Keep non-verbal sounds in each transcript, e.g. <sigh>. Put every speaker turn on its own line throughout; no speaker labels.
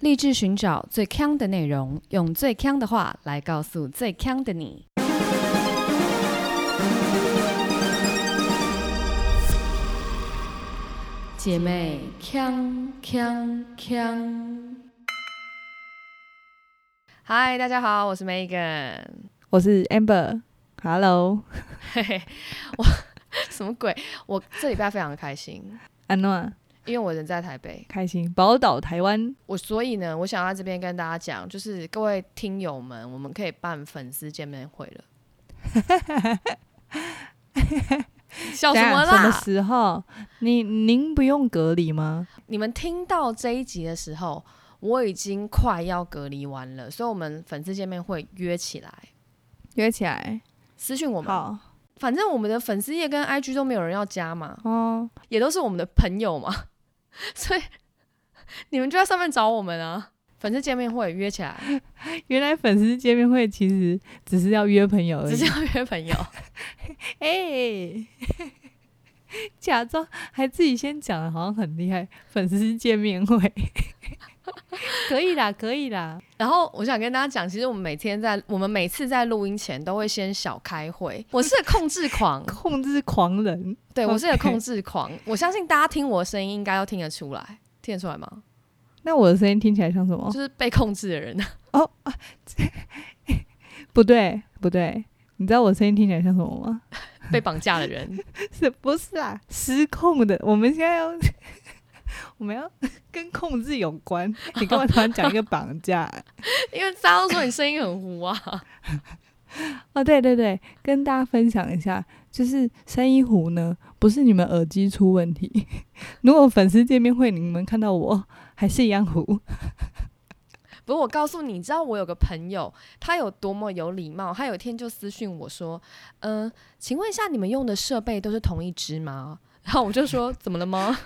立志寻找最强的内容，用最强的话来告诉最强的你。姐妹，强强强！嗨，大家好，我是 Megan。
我是 Amber，Hello，
嘿嘿，我什么鬼？我这礼拜非常的开心，
安诺，啊
因为我人在台北，
开心宝岛台湾，
我所以呢，我想要在这边跟大家讲，就是各位听友们，我们可以办粉丝见面会
<laughs>
了。笑什么
等下什么
啦？
时候？你您不用隔离吗？
你们听到这一集的时候，我已经快要隔离完了，所以我们粉丝见面会约起来，
约起来，
私讯我们。
好
反正我们的粉丝页跟 IG 都没有人要加嘛，
哦，
也都是我们的朋友嘛， <laughs> 所以你们就在上面找我们啊。粉丝见面会约起来，
原来粉丝见面会其实只是要约朋友而
只
已
是，
<laughs>
要约朋友。
哎、 <laughs> 假装还自己先讲的好像很厉害，粉丝见面会， <laughs> 可以啦，可以啦，，
然后我想跟大家讲，其实我们每天在我们每次在录音前都会先小开会。我是个 <laughs> 控制狂
控制狂人，
对我是个
OK
控制狂。我相信大家听我的声音应该都听得出来，听得出来吗？
那我的声音听起来像什么？
就是被控制的 <laughs> 人。
不对，不对，你知道我声音听起来像什么吗？
被绑架的人，
是不是啊？失控的，我们现在要， <laughs> 我们要跟控制有关。你跟我突然讲一个绑架？
因为大家都说你声音很糊啊。
<laughs> 哦，对对对，跟大家分享一下，就是三一湖呢，不是你们耳机出问题。 <laughs> 如果粉丝见面会你们看到我还是一样糊， <laughs>
不过我告诉你，你知道我有个朋友，他有多么有礼貌。他有一天就私讯我说：“嗯、请问一下，你们用的设备都是同一支吗？”然后我就说：“怎么了吗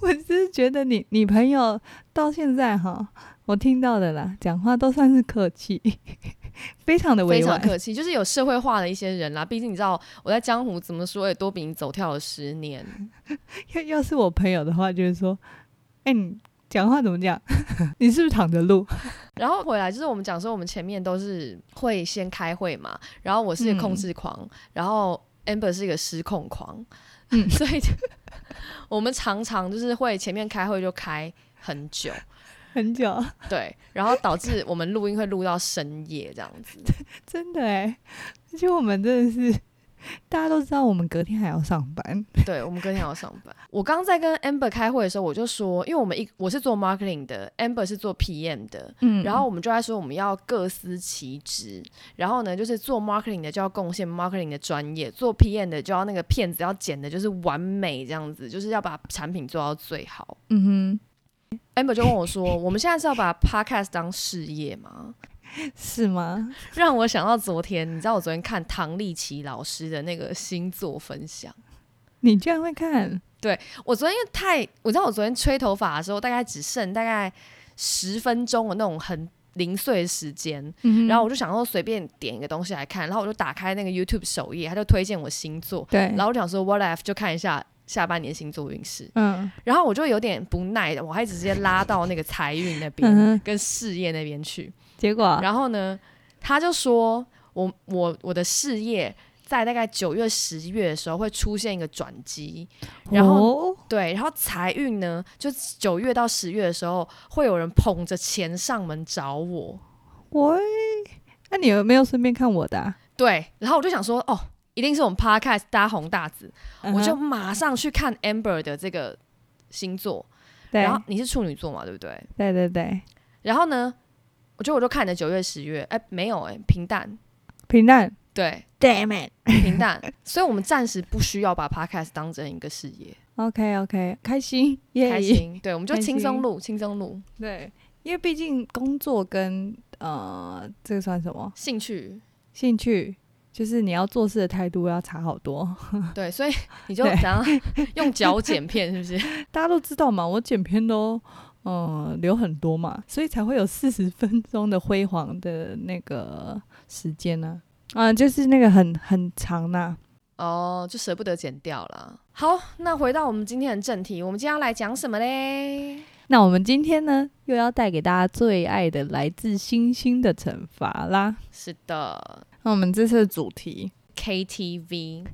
我只是觉得你你朋友到现在哈，我听到的啦，讲话都算是客气， <laughs> 非常的？”
非
委
常
婉。
客气，就是有社会化的一些人啦。毕竟你知道，我在江湖怎么说也多比你走跳了十
<laughs>
年。
要要是我朋友的话，就是说，哎、你讲话怎么讲？ <laughs> 你是不是躺着录？ <laughs>
然后回来就是我们讲说，我们前面都是会先开会嘛，然后我是个控制狂，然后 Amber 是一个失控狂，
嗯
<laughs> 所以就我们常常就是会前面开会就开很久，
很久，
对，然后导致我们录音会录到深夜这样
<laughs>
子，
真的哎、而且我们真的是，大家都知道我们隔天还要上班，
对我们隔天还要上班。我刚在跟 Amber 开会的时候，我就说，因为我们一我是做 marketing 的，Amber 是做 PM 的，
嗯
然后我们就在说我们要各司其职，然后呢，就是做 marketing 的就要贡献 marketing 的专业，做 PM 的就要那个片子要剪的就是完美这样子，就是要把产品做到最好。
嗯
Amber 就问我说：“我们现在是要把 podcast 当事业吗
哼，是吗？？”
让我想到昨天，你知道我昨天看唐立奇老师的那个星座分享。
你居然会看？
我昨天因为太，我知道我昨天吹头发的时候，大概只剩大概十分钟的那种很零碎的时间，
嗯
然后我就想说随便点一个东西来看，然后我就打开那个 YouTube 首页，他就推荐我星座，
对，
然后我就想说 What if 就看一下下半年星座运势，
嗯
然后我就有点不耐，我还直接拉到那个财运那边、
嗯哼，啊
跟事业那边去，
结果
然后呢，他就说我我我的事业。在大概九月、十月的时候会出现一个转机，然后
后、哦、
对，然后财运呢，就九月到十月的时候会有人捧着钱上门找我，
喂，那、你有没有顺便看我的啊、
对，然后我就想说，哦，一定是我们 podcast 大红大紫，我就
嗯哼
马上去看 Amber 的这个星座。
对
然后你是处女座嘛，对不对？
对对对，
然后呢，我觉得我就看了九月、十月，哎，没有哎、平淡，
平淡
对，
，Damn it。
平
<laughs>
淡。所以我们暂时不需要把 podcast 当成一个事业，
OK OK，开心，耶、
开心，对，我们就
开
轻松
心
录，轻松录，
对，因为毕竟工作跟呃，这个算什么
兴趣，
兴趣？就是你要做事的态度要差好多。 <laughs>
对，所以你就
对
怎
<laughs>
样用脚剪片，是不是？
大家都知道嘛，我剪片都嗯、呃留很多嘛，所以才会有四十分钟的辉煌的那个时间呢、啊。就是那个很很长呐、
哦，就舍不得剪掉啦。好，那回到我们今天的正题，我们今天要来讲什么嘞？
那我们今天呢，又要带给大家最爱的来自星星的惩罚啦。
是的
那我们这次的主题，
，KTV。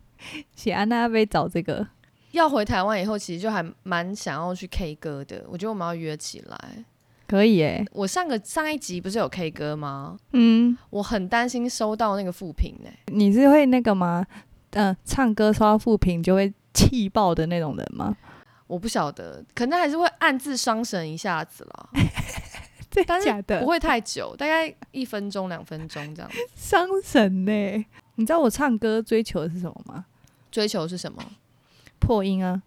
写安娜贝找这个，
要回台湾以后，其实就还蛮想要去 K 歌的。我觉得我们要约起来。
可以诶、
我上个上一集不是有 K 歌吗？
嗯，
我很担心收到那个负评呢、
你是会那个吗？嗯、唱歌收到负评就会气爆的那种人吗？
我不晓得，可能还是会暗自伤神一下子
<laughs>
啦，
真
但
的
是
假的
不？会太久，大概一分钟两分钟这样子。
伤神呢、你知道我唱歌追求的是什么吗？
追求是什么？
破音啊，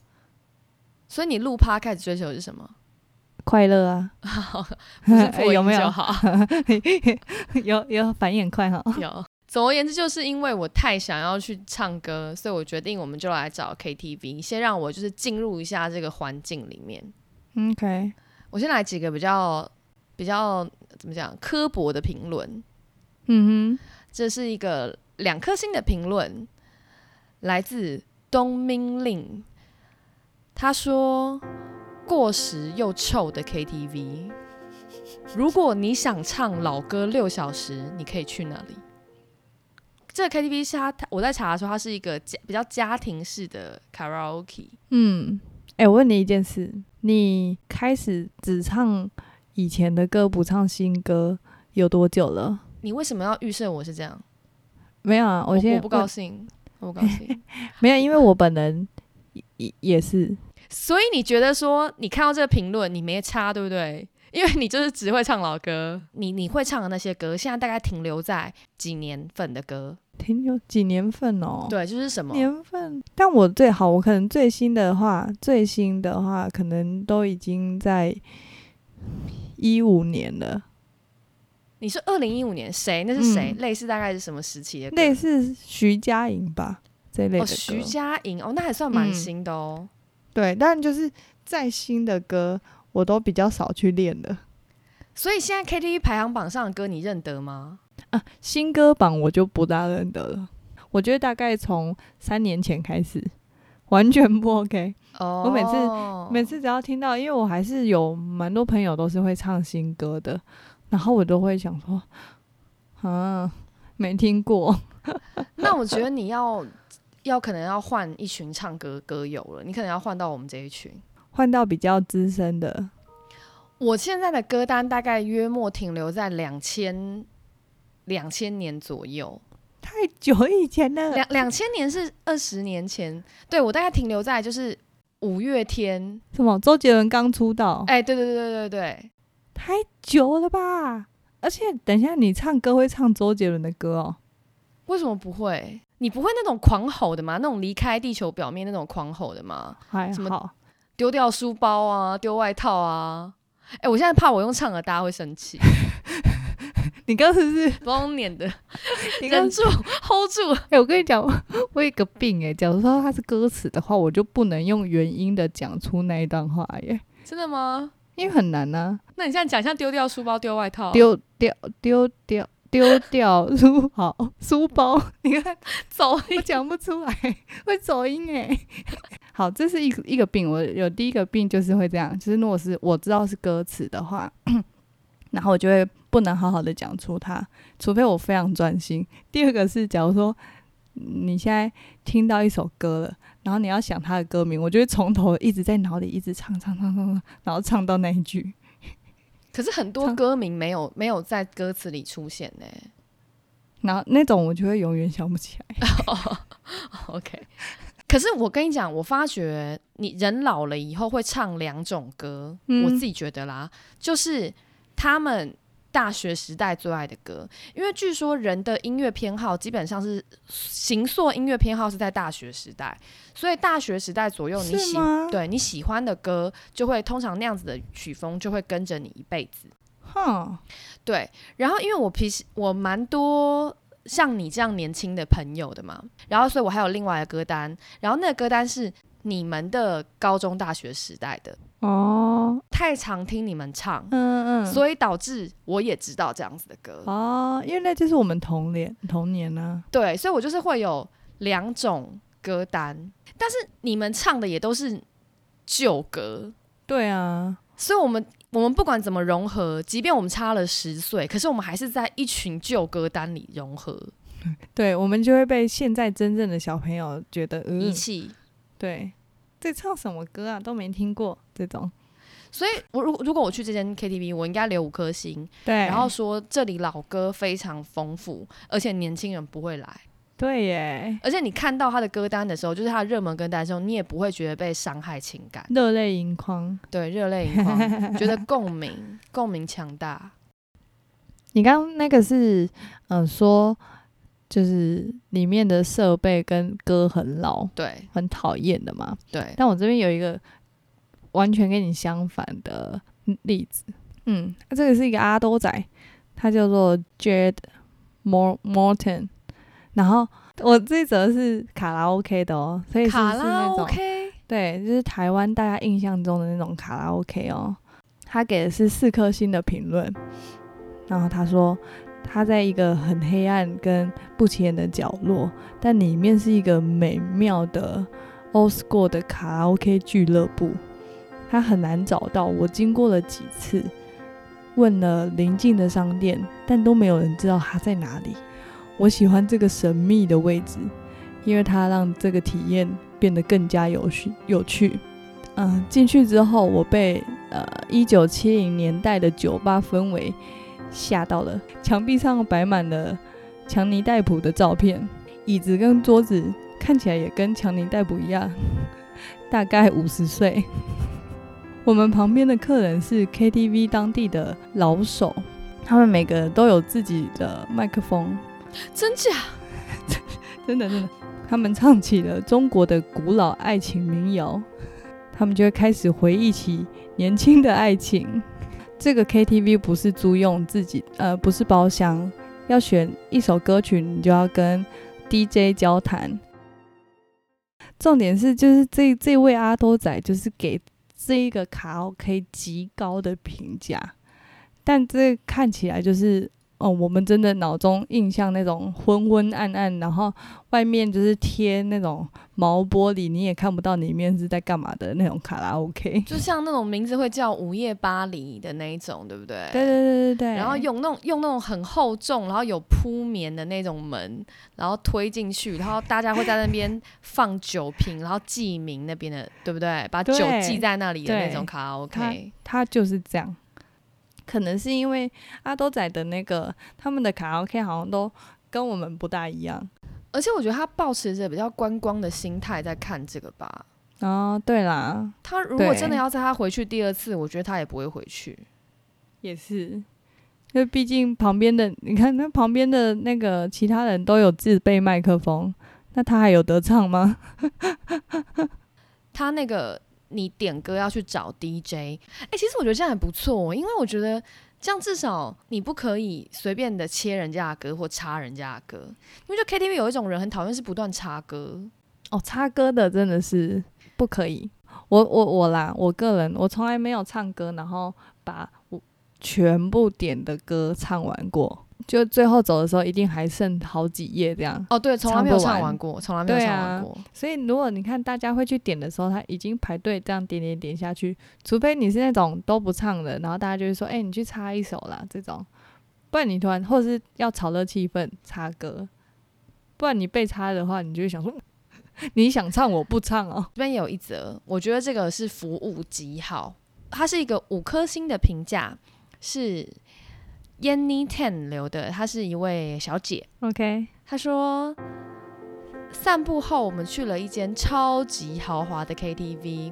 所以你录趴开始追求是什
<laughs>
么？
快乐啊， <laughs>
不是
哎
破音
有没
就
有？
好
有有反应很快哈。
<laughs> 有。总而言之，就是因为我太想要去唱歌，所以我决定我们就来找 KTV，先让我就是进入一下这个环境里面。
OK，
我先来几个比较比较怎么讲刻薄的评论，
嗯
这是一个两颗星的评论，来自东明令，他说过时又臭的 KTV，如果你想唱老歌六小时，你可以去那里。这个 KTV 是它，它我在查的时候，它是一个家比较家庭式的 karaoke。
哼，嗯，哎、我问你一件事，你开始只唱以前的歌，不唱新歌，有多久了？
你为什么要预设我是这样？
没有啊，
我
现在
我不高兴，我不高兴。
没有，因为我本人也也也是，
所以你觉得说，你看到这个评论，你没差，对不对？ <laughs> 因为你就是只会唱老歌，你你会唱的那些歌，现在大概停留在几年份的歌，
挺有几年份哦，
对，就是什么
年份。但我最好，我可能最新的话，最新的话，可能都已经在一五年了，
你是二零一五年谁？那是谁？
嗯
类似大概是什么时期的歌？
类似徐佳莹吧这类的
哦，
歌。
徐佳莹哦，那还算蛮
嗯
新的哦。
对，但就是再新的歌，我都比较少去练了。
所以现在 KTV 排行榜上的歌，你认得吗？
啊，新歌榜我就不大认得了。我觉得大概从三年前开始，完全不 OK。
哦，
我每次每次只要听到，因为我还是有蛮多朋友都是会唱新歌的，然后我都会想说，啊，没听过。
那我觉得你要要可能要换一群唱歌歌友了，你可能要换到我们这一群。
换到比较资深的，
我现在的歌单大概约莫停留在两千两千年左右，
太久以前了。 <laughs>
两两千年是二十年前，对我大概停留在就是五月天，
什么？周杰伦刚出道，
哎、对对对对对对，
太久了吧？而且等一下，你唱歌会唱周杰伦的歌哦。
为什么不会？你不会那种狂吼的吗？那种离开地球表面那种狂吼的吗？
还
什么
好，
丢掉书包啊，丢外套啊。哎、我现在怕我用唱的，大家会生
<laughs>
气。
你刚刚是
<laughs>
不是？
不用念的，
你刚
忍住，hold 住。
哎、我跟你讲，我有一个病哎、假如说它是歌词的话，我就不能用原音的讲出那一段话耶，
真的吗？
因为很难啊呐、
那你现在讲像丢掉书包、丢外套，啊
丢掉丢掉
<laughs>
丢掉书好书包，你看
走
我讲不出来，会走音哎、 <laughs> 好，这是一个一个病，我有第一个病就是会这样，就是如果是我知道是歌词的话，然后我就会不能好好的讲出它，除非我非常专心。第二个是，假如说你现在听到一首歌了，然后你要想它的歌名，我就会从头一直在脑里一直唱唱唱唱唱，然后唱到那一句。
可是很多
唱
歌名没有没有在歌词里出现
<laughs>
呢、
然后那种我就会永远想不起来，
OK，可是我跟你讲，我发觉你人老了以后会唱两种歌，
嗯
我自己觉得啦，就是他们大学时代最爱的歌，因为据说人的音乐偏好基本上是行塑音乐偏好是在大学时代，所以大学时代左右你喜
是吗？，
对你喜欢的歌，就会通常那样子的曲风就会跟着你一辈子。
哼，
对，然后因为我平时我蛮多像你这样年轻的朋友的嘛，然后所以我还有另外的歌单，然后那个歌单是你们的高中大学时代的，
哦，
太常听你们唱，
嗯嗯，
所以导致我也知道这样子的歌。
哦，因为那就是我们童年童年啊呢、
对，所以我就是会有两种歌单，但是你们唱的也都是旧歌，
对啊，
所以我们我们不管怎么融合，即便我们差了十岁，可是我们还是在一群旧歌单里融合
对，我们就会被现在真正的小朋友觉得，嗯、
一起。
对，这唱什么歌啊，都没听过这种。
所以我如如果我去这间 KTV，我应该留五颗星，
对，
然后说这里老歌非常丰富，而且年轻人不会来。
对耶，
而且你看到他的歌单的时候，就是他的热门歌单的时候，你也不会觉得被伤害情感，
热泪盈眶。
对，热泪盈眶，觉得共鸣，共鸣强大。
你刚刚那个是，嗯、说就是里面的设备跟歌很老，
对
很讨厌的嘛。
对，
但我这边有一个完全跟你相反的例子，嗯，这个是一个阿兜仔，他叫做 Jade Mor Morton，然后我这则是卡拉 OK 的哦，所以是是
卡
那
拉
种
OK，
对，就是台湾大家印象中的那种卡拉 OK 哦。他给的是四颗星的评论，然后他说他在一个很黑暗跟不起眼的角落，但里面是一个美妙的 old school 的卡拉 OK 俱乐部，他很难找到。我经过了几次，问了邻近的商店，但都没有人知道它在哪里。我喜欢这个神秘的位置，因为它让这个体验变得更加有趣有趣。嗯、进去之后，我被呃一九七零年代的酒吧氛围吓到了。墙壁上摆满了强尼戴普的照片，椅子跟桌子看起来也跟强尼戴普一样， <laughs> 大概五十岁。 <laughs> 我们旁边的客人是 KTV 当地的老手，他们每个人都有自己的麦克风，
真假？
<laughs> 真的真的，他们唱起了中国的古老爱情民谣，他们就会开始回忆起年轻的爱情。这个 KTV 不是租用自己，呃，不是包厢，要选一首歌曲，你就要跟 DJ 交谈。重点是，就是这这位阿多仔就是给这一个卡拉 OK 极高的评价，但这看起来就是哦，我们真的脑中印象那种昏昏暗暗，然后外面就是贴那种毛玻璃，你也看不到里面是在干嘛的那种卡拉 OK。
就像那种名字会叫《午夜巴黎》的那一种，对不对？
对对对对对。
然后用那种用那种很厚重，然后有铺棉的那种门，然后推进去，然后大家会在那边放酒瓶，然后记名那边的，对不对？把酒
对
记在那里的那
对
种卡拉
他
OK，
他就是这样。可能是因为阿多仔的那个他们的卡拉 OK 好像都跟我们不大一样。
而且我觉得他保持着比较观光的心态在看这个吧。
哦，对啦，
他如果
对
真的要在他回去第二次，我觉得他也不会回去。
也是，因为毕竟旁边的，你看那旁边的那个其他人都有自备麦克风，那他还有得唱吗？
他那个你点歌要去找 DJ，哎、诶其实我觉得这样还不错、哦，因为我觉得这样至少你不可以随便的切人家的歌或插人家的歌，因为就 KTV 有一种人很讨厌是不断插歌，
哦，插歌的真的是不可以。我我我啦，我个人我从来没有唱歌，然后把我全部点的歌唱完过，就最后走的时候一定还剩好几页这样。
哦，对，从来没有
唱不
唱
完
完过，从来没有
对
唱
啊
完过，
所以如果你看大家会去点的时候，他已经排队这样点点点下去，除非你是那种都不唱的，然后大家就会说：“哎、你去插一首啦。”这种，不然你突然或者是要炒热气氛插歌，不然你被插的话，你就会想说：“嗯 <laughs> 你想唱我不唱哦。
这边也有一则，我觉得这个是服务极好，它是一个五颗星的评价，是 Yanny Ten 留的，她是一位小姐。”
OK，
他说，散步后我们去了一间超级豪华的 KTV，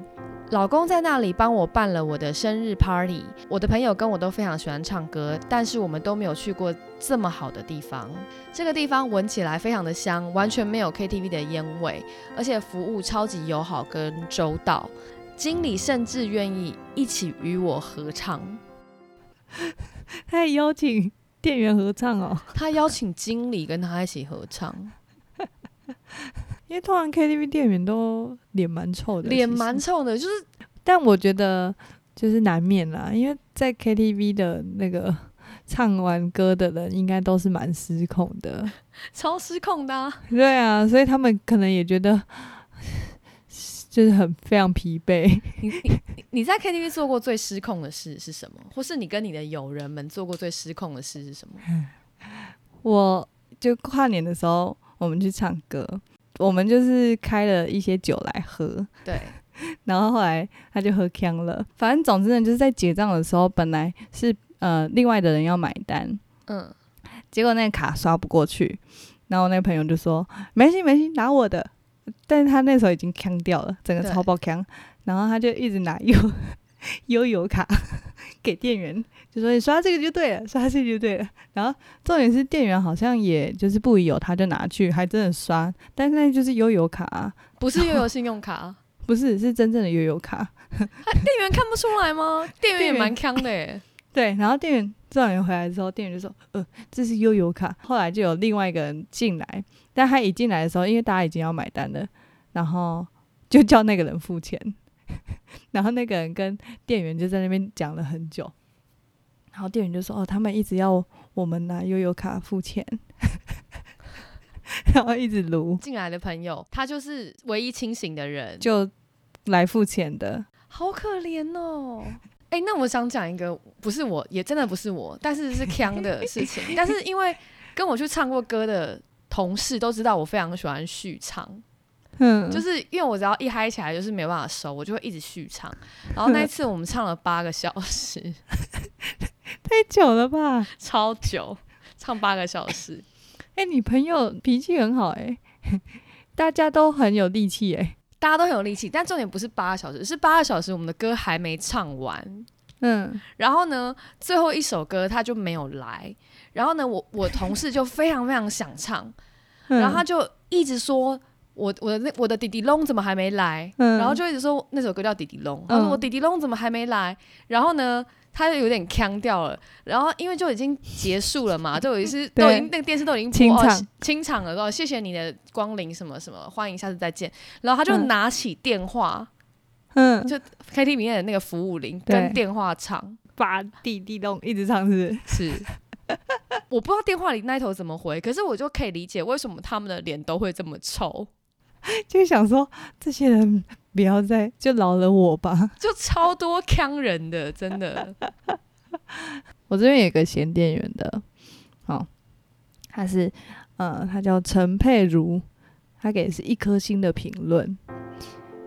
老公在那里帮我办了我的生日 party。我的朋友跟我都非常喜欢唱歌，但是我们都没有去过这么好的地方。这个地方闻起来非常的香，完全没有 KTV 的烟味，而且服务超级友好跟周到。经理甚至愿意一起与我合唱，
他还邀请店员合唱哦，
他邀请经理跟他一起合唱，
<laughs> 因为通常 KTV 店员都脸蛮臭的，
脸
其实
蛮臭的，就是
但我觉得就是难免啦，因为在 KTV 的那个 <laughs> 唱完歌的人，应该都是蛮失控 <laughs> 的。
超失控的、啊。
对啊，所以 <sighs> <laughs> 他们可能也觉得就是很非常疲惫。
你你你你在 KTV 做过最失控的事是什么？或是你跟你的友人们做过最失控的事是 <laughs> 什么？
我就跨年的时候，我们去唱歌，我们就是开了一些酒来喝，
对，
然后后来他就喝呛了。反正总之呢，就是在结账的时候，本来是呃另外的人要买单，
嗯，
结果那个卡刷不过去，然后我那个朋友就说：“没事没事，拿我的。”但是他那时候已经呛掉了，整个
对
超爆呛，然后他就一直拿悠悠游卡 <laughs> 给店员，就说：“你刷这个就对了，刷这个就对了。”然后重点是店员好像也就是不疑有他，就拿去，还真的刷，但是那就是悠游卡、啊，
不是悠游信用卡，
不是是真正的悠游卡。
<laughs> 店员看不出来吗？店员也
店员
蛮坑的耶，
对，然后店员照员回来之后，店员就说：“呃，这是悠游卡。”后来就有另外一个人进来，但他一进来的时候，因为大家已经要买单了，然后就叫那个人付钱， <laughs> 然后那个人跟店员就在那边讲了很久，然后店员就说：“哦，他们一直要我们拿悠游卡付钱， <laughs> 然后一直撸，
进来的朋友，他就是唯一清醒的人，
就来付钱的。
好可怜 <laughs> 哦。哎、那我想讲一个，不是我，也真的不是我，但是是腔的事情。但是因为跟我去唱过歌的同事都知道，我非常喜欢续唱，”
嗯，
就是因为我只要一嗨起来，就是没办法收，我就会一直续唱。然后那一次我们唱了八个小时， <laughs>
太久了吧？
超久，唱八个小时。
哎、你朋友脾气很好哎、 <laughs> 大家都很有力气哎、
大家都很有力气，但重点不是八个小时，是八个小时我们的歌还没唱完。
嗯，
然后呢，最后一首歌他就没有来。然后呢，我我同事就非常非常想唱， <laughs>
嗯
然后他就一直说我我的那我的弟弟龙怎么还没来？
嗯
然后就一直说那首歌叫《弟弟龙》，他说
嗯
我弟弟龙怎么还没来？然后呢，他就有点腔掉了。然后因为就已经结束了
<laughs>
嘛，就已经是
对
都已经那个电视都已经
清
播哦
场
是清场了，都谢谢你的光临，什么什么，欢迎下次再见。然后他就
嗯
拿起电
<laughs>
话、
嗯，
就 KTV 里面的那个服务铃
对
跟电话唱，
把弟弟弄一直唱是
是。 <laughs> 我不知道电话里那一头怎么回，可是我就可以理解为什么他们的脸都会这么臭。
不是，就想说这些人不要再就饶了我吧。
就超多坑人的，真
<laughs>
的。
我这边有一个闲店员的，好，他是呃，他叫陈佩如，他给是一颗星的评论，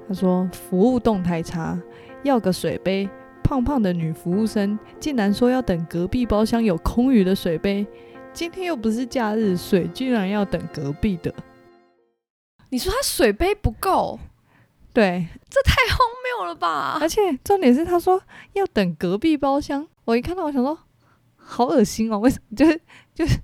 他说服务动态差，要个水杯，胖胖的女服务生竟然说要等隔壁包厢有空余的水杯，今天又不是假日，水居然要等隔壁的，
你说他水杯不够，
对，
这太荒谬了吧？
而且重点是他说要等隔壁包厢，我一看到我想说好恶心哦，为什么 <laughs> 就是就是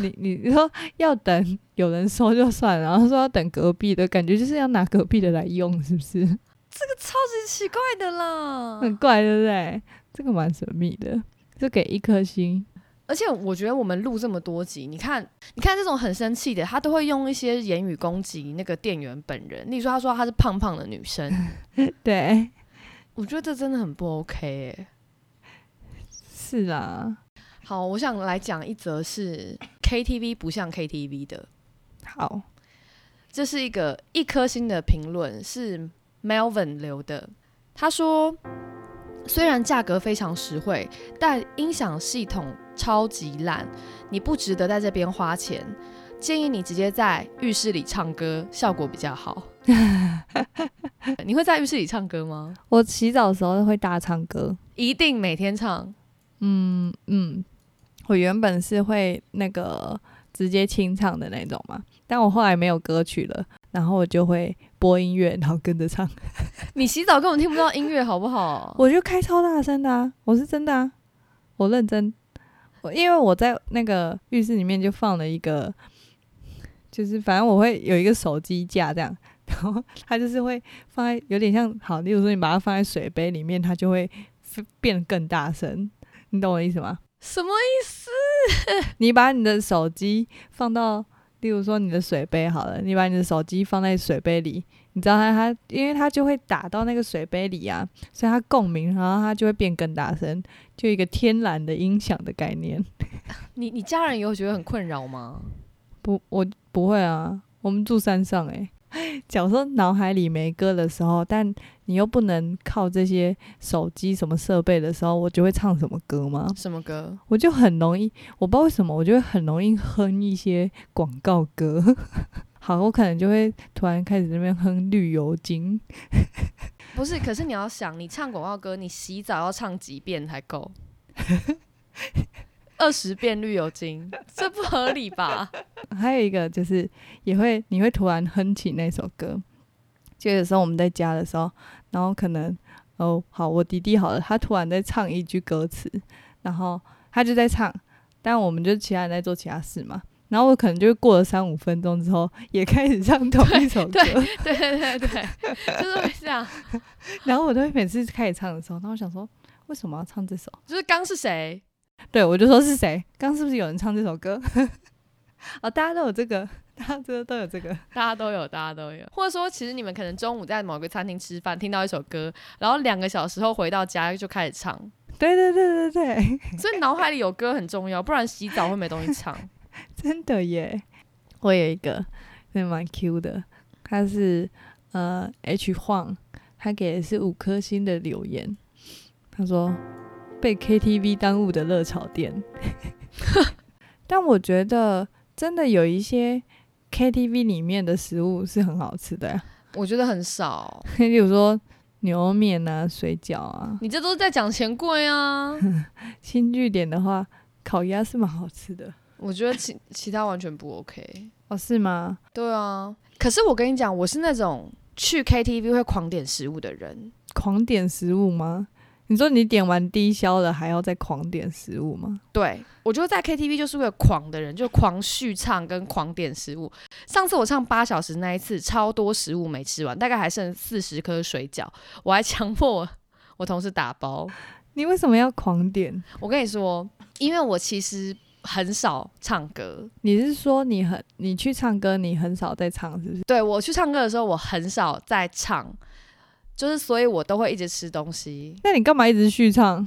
你你你说要等有人收就算了，然后说要等隔壁的感觉就是要拿隔壁的来用，是不是？
这奇怪的啦。
很怪，对不对？这个蛮神秘的，就给一颗星。
而且我觉得我们录这么多集，你看，你看这种很生气的，他都会用一些言语攻击那个店员本人。例如说，他说她是胖胖的女生，
对，
我觉得这真的很不 OK 哎、
是啦。
好，我想来讲一则是 KTV 不像 KTV 的，
好，
这是一个一颗星的评论，是 Melvin 留的。他说，虽然价格非常实惠，但音响系统超级烂，你不值得在这边花钱。建议你直接在浴室里唱歌，效果比较好。 <laughs> 你会在浴室里唱歌吗？
我洗澡的时候会大唱歌。
一定每天唱。
嗯嗯，我原本是会那个直接清唱的那种嘛，但我后来没有歌曲了，然后我就会播音乐，然后跟着唱。
你洗澡根本听不到音乐，好不好？
<laughs> 我就开超大声的啊，我是真的啊，我认真。我因为我在那个浴室里面就放了一个，就是反正我会有一个手机架这样，然后它就是会放在有点像好，例如说你把它放在水杯里面，它就会变得更大声，你懂我意思吗？
什么意思？
你把你的手机放到，例如说你的水杯好了，你把你的手机放在水杯里，你知道它它，因为它就会打到那个水杯里啊，所以它共鸣，然后它就会变更大声，就一个天然的音响的概念。
你你家人有觉得很困扰吗？
不，我 <laughs> 不会啊，我们住山上诶、欸。假如说脑海里没歌的时候，但你又不能靠这些手机什么设备的时候，我就会唱什么歌吗？
什么歌？
我就很容易，我不知道为什么，我就会很容易哼一些广告歌。 <laughs> 好，我可能就会突然开始那边哼《绿油精》，
不是，可是你要想，你唱广告歌，你洗澡要唱几遍才 <laughs> 够？二十遍绿油精，这不合理 <laughs> 吧？
还有一个就是也会，你会突然哼起那首歌。就有时候我们在家的时候，然后可能哦，好，我弟弟好了，他突然在唱一句歌词，然后他就在唱，但我们就其他人在做其他事嘛。然后我可能就过了三五分钟之后，也开始唱同一首歌， <laughs>
对对对对，就是会这样。
<laughs> 然后我都会每次开始唱的时候，然后我想说，为什么要唱这首？
就是刚是谁？
对，我就说是谁？刚是不是有人唱这首歌？ <laughs> 哦，大家都有这个，大家都都有这个。
大家都有，大家都有。或者说，其实你们可能中午在某个餐厅吃饭，听到一首歌，然后两个小时后回到家就开始唱，
对对对对对，
所以脑海里有歌很重要，不然洗澡会没东西唱。
<laughs> 真的耶！我有一个，那蛮 Q 的，他是呃 H 晃，他给的是五颗星的留言，他说被 KTV 耽误的热炒店， <laughs> 但我觉得真的有一些 KTV 里面的食物是很好吃的 <laughs> 呀、
<laughs> 我觉得很少，
例如说牛肉面啊、水饺啊。
你这都是在讲钱柜啊。
新据点的话，烤鸭是蛮好吃的
<laughs> 我觉得其其他完全不 OK。
哦，是吗？
对啊，可是我跟你讲，我是那种去 KTV 会狂点食物的人。
狂点食物吗？你说你点完低消了，还要再狂点食物吗？
对，我觉得在 KTV 就是为了狂的人，就狂续唱跟狂点食物。上次我唱八小时那一次，超多食物没吃完，大概还剩四十颗水饺，我还强迫我 <laughs> 我同事打包。
你为什么要狂点？
我跟你说，因为我其实很少唱歌，
你是说你很你去唱歌，你很少在唱，是不是？
对我去唱歌的时候，我很少在唱，就是所以我都会一直吃东西，
那你干嘛一直续唱？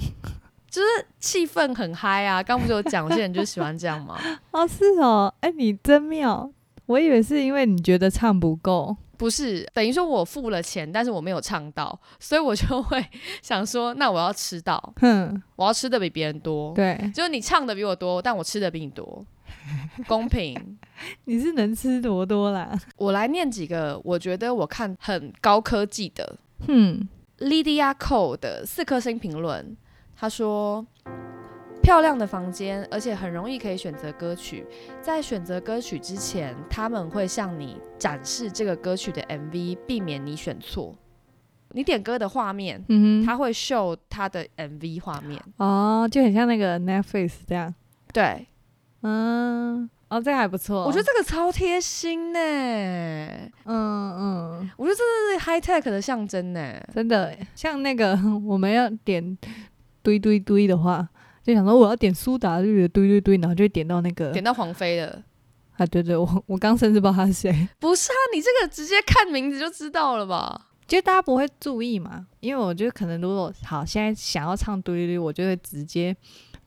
气氛很嗨啊！刚不是有讲，有些人就喜欢这样嘛。
哦，是哦，哎、你真妙！我以为是因为你觉得唱不够，
不是，等于说我付了钱，但是我没有唱到，所以我就会 <laughs> 想说，那我要吃到，
哼，
我要吃的比别人多。
对，
就是你唱的比我多，但我吃的比你多，公平。 <laughs>
你是能吃多多啦，
我来念几个，我觉得我看很高科技的，
哼，
Lydia Cole 的四颗星评论，他说：“漂亮的房间，而且很容易可以选择歌曲。在选择歌曲之前，他们会向你展示这个歌曲的 MV，避免你选错。你点歌的画面，
嗯哼，
他会秀他的 MV 画面。
哦，就很像那个 Netflix 这样，
对，
嗯，哦，这个还不错，
我觉得，这个超贴心呢，
嗯嗯。
我觉得这是 high tech 的象征呢。
真的欸，像那个 <laughs> 我们要点堆堆堆的话，就想说我要点苏打绿的堆堆堆，然后就会点到那个
点到黄飞了，
啊，对对，我我刚甚至不知道他是谁，
不是啊？你这个直接看名字就知道了吧？
就大家不会注意嘛，因为我觉得可能如果好现在想要唱堆堆堆，我就会直接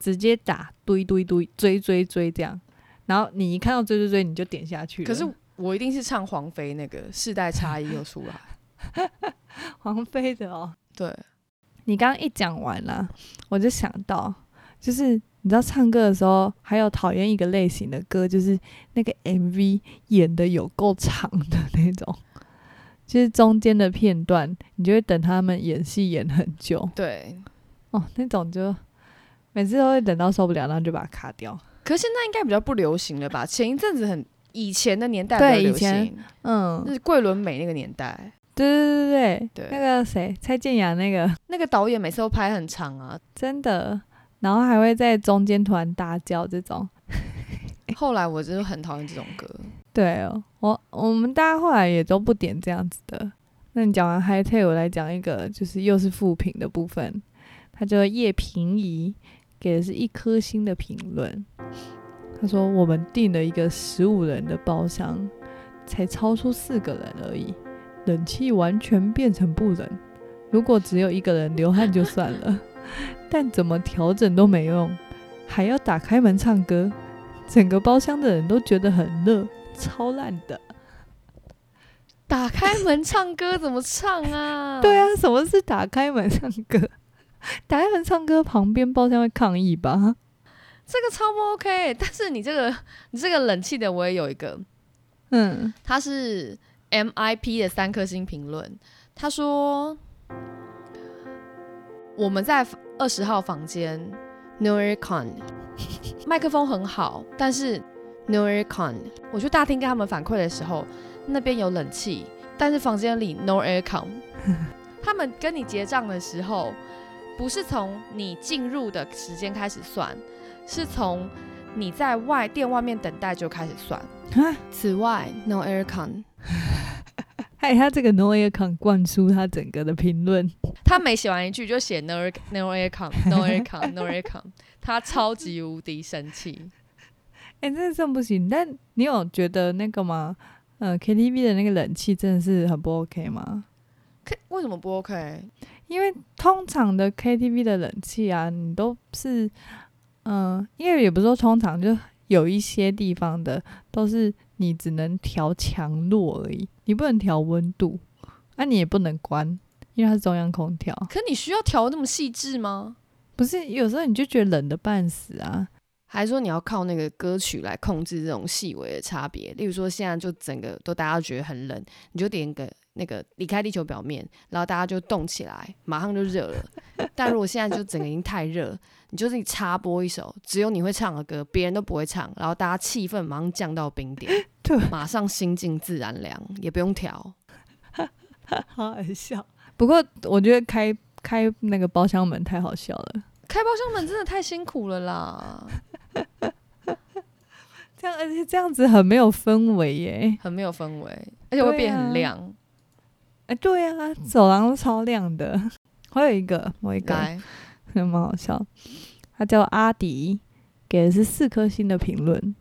直接打堆堆堆追追追这样，然后你一看到追追追你就点下去了
可
<laughs>
是我一定是唱黄飞那个世代差异又出来。
黄飞的哦，
对，
你刚刚一讲完啦，我就想到，就是你知道唱歌的时候，还有讨厌一个类型的歌，就是那个 MV 演的有够长的那种， <laughs> 就是中间的片段，你就会等他们演戏演很久
<laughs> 对，
哦，那种就每次都会等到受不了，然后就把它卡掉。
可是现在应该比较不流行了吧？前一阵子很，以前的年代
对
比较
以
流行，
嗯，
就是桂纶镁那个年代，
对对对
对
对那个谁，蔡健雅那个
那个导演每次都拍很长 <laughs> 啊。
真的，然后还会在中间突然大叫这种。
后来我就是很讨厌这种歌。
对哦，我我们大家后来也都不点这样子的。那你讲完 high t a 我来讲一个，就是又是副评的部分，他叫叶平怡，给的是一颗星的评论。他说我们订了一个十五人的包厢，才超出四个人而已，冷气完全变成不冷。如果只有一个人流汗就算了，但怎么调整都没用，还要打开门唱歌， <laughs> 整个包厢的人都觉得很热。超烂的。
打开门唱歌怎么唱 <laughs> 啊？
对啊，什么是打开门唱歌？ <laughs> 打开门唱歌，旁边包厢会抗议吧？
这个超不 OK。但是你这个你这个冷气的，我也有一个，
嗯，
他是 MIP 的三颗星评论，他说我们在二十号房间 n o r i c o n 麦克风很好，但是 n o r i c o n 我去大厅跟他们反馈的时候，那边有冷气，但是房间里 no aircon。他们跟你结账的时候，不是从你进入的时间开始算，是从你在外店外面等待就开始算。
啊，
此外，no aircon，
还哎有他这个 No Air Con 灌输他整个的评论，
他每写完一句就写 no air- no aircon，no aircon，no aircon，他 <laughs> 超级无敌生气。
哎、真的真不行。但你有觉得那个吗？呃，KTV 的那个冷气真的是很不 OK 吗？
可为什么不 OK？
因为通常的 KTV 的冷气啊，你都是，嗯、因为也不是说通常，就有一些地方的都是你只能调强弱而已，你不能调温度，那、你也不能关，因为它是中央空调。
可你需要调那么细致吗？
不是有时候你就觉得冷的半死啊，
还是说你要靠那个歌曲来控制这种细微的差别？例如说现在就整个都大家觉得很冷，你就点个那个离开地球表面，然后大家就动起来，马上就热了。 <laughs> 但如果现在就整个已经太热，你就是你插播一首只有你会唱的歌，别人都不会唱，然后大家气氛马上降到冰点，
<laughs> 对，
马上心静自然凉，也不用调。
好好笑。不过我觉得开开那个包厢门太好笑了，
开包厢门真的太辛苦了啦，
这样而且这样子很没有氛围耶。
很没有氛围，而且会变很
对啊
亮。
哎、对啊，走廊都超亮的。我有一个，我有一个，
来，
蛮好笑。他叫阿迪，给的是四颗星的评论。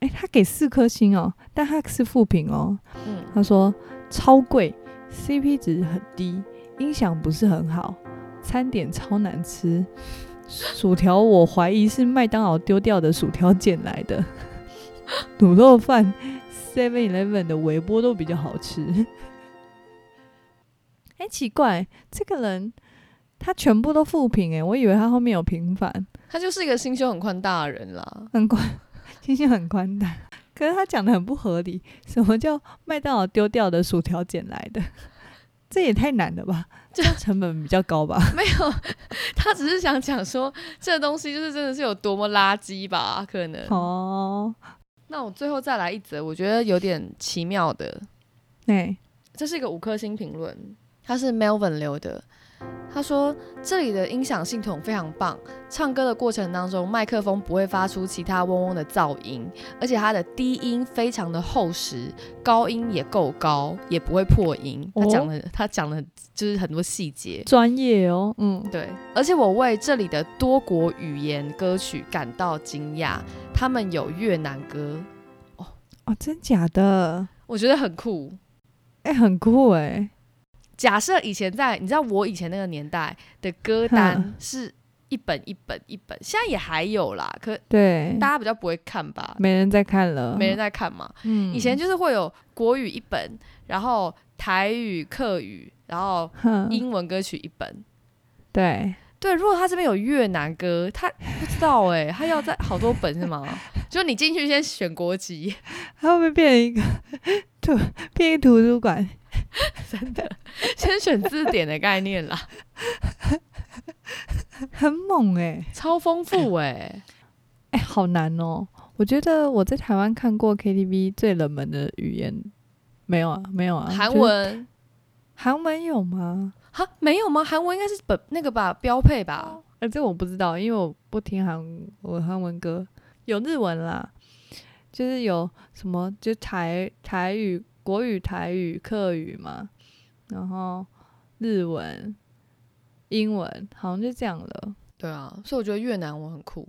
诶，他给四颗星哦，但他是负评哦。
嗯，
他说超贵，CP 值很低，音响不是很好，餐点超难吃，薯条我怀疑是麦当劳丢掉的薯条捡来的， <laughs> 卤肉饭 Seven Eleven 的微波都比较好吃。哎、奇怪，这个人他全部都负评哎，我以为他后面有平反，
他就是一个心胸很宽大的人啦。
很宽， <laughs> 心情很宽大。可是他讲的很不合理，什么叫麦当劳丢掉的薯条捡来的？ <laughs> 这也太难了吧？这样成本比较
<laughs>
高吧？
没有，他只是想讲说这东西就是真的是有多么垃圾吧？可能。
哦，
那我最后再来一则，我觉得有点奇妙的，
哎、
这是一个五颗星评论，他是 Melvin 留的。他说这里的音响系统非常棒，唱歌的过程当中，麦克风不会发出其他嗡嗡的噪音，而且它的低音非常的厚实，高音也够高，也不会破音。他
哦
讲的、他讲的就是很多细节，
专业哦，嗯，
对，而且我为这里的多国语言歌曲感到惊讶，他们有越南歌，
哦，真假的？
我觉得很酷。
哎、很酷哎、
假设以前在，你知道我以前那个年代的歌单
哼
是一本一本一本，现在也还有啦，可
对，
大家比较不会看吧，
没人在看了，
没人，在看嘛。
嗯
以前就是会有国语一本，然后台语、客语，然后
哼
英文歌曲一本。
对，
对，如果他这边有越南歌，他不知道哎、他要在好多本是吗？就你进去先选国籍，
它会不会变成一个 <laughs> 图，变一图书馆？
先选字典的概念啦，
很猛哎、
超丰富哎、
哎、好难哦！我觉得我在台湾看过 KTV 最冷门的语言，没有啊，没有啊，
韩
就是
文
韩文有吗？
哈没有吗？韩文应该是本那个吧，标配吧。
呃，这我不知道，因为我不听韩我韩文歌，有日文啦，就是有什么就台台语、国语、台语、客语嘛，然后日文、英文，好像就这样了。
对啊，所以我觉得越南文很酷。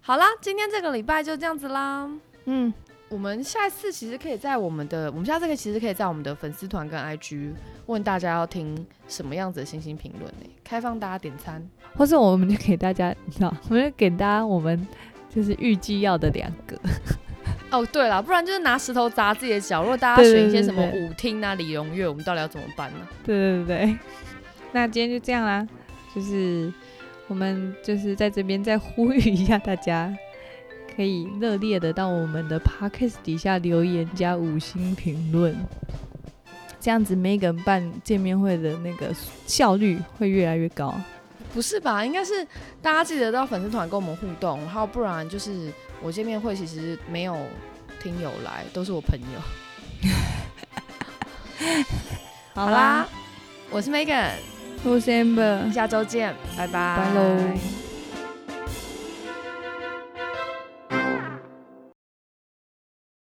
好啦，今天这个礼拜就这样子啦。
嗯，
我们下一次其实可以在我们的，我们下次可以其实可以在我们的粉丝团跟 IG 问大家要听什么样子的星星评论呢？开放大家点餐。
或者我们就给大家，你知道，我们就给大家我们就是预计要的两个。
哦，对了，不然就是拿石头砸自己的脚。如果大家选一些什么
对对
舞厅啊、李荣乐，我们到底要怎么办呢？
对对对， <laughs> 那今天就这样啦，就是我们就是在这边再呼吁一下大家，可以热烈的到我们的 podcast 底下留言加五星评论，这样子 Megan 办见面会的那个效率会越来越高。
不是吧？应该是大家记得到粉丝团跟我们互动，然后不然就是我见面会其实没有听友来，都是我朋友。
好
好啦，我是 Megan，
我是 Amber，
下周见，拜拜，
拜喽。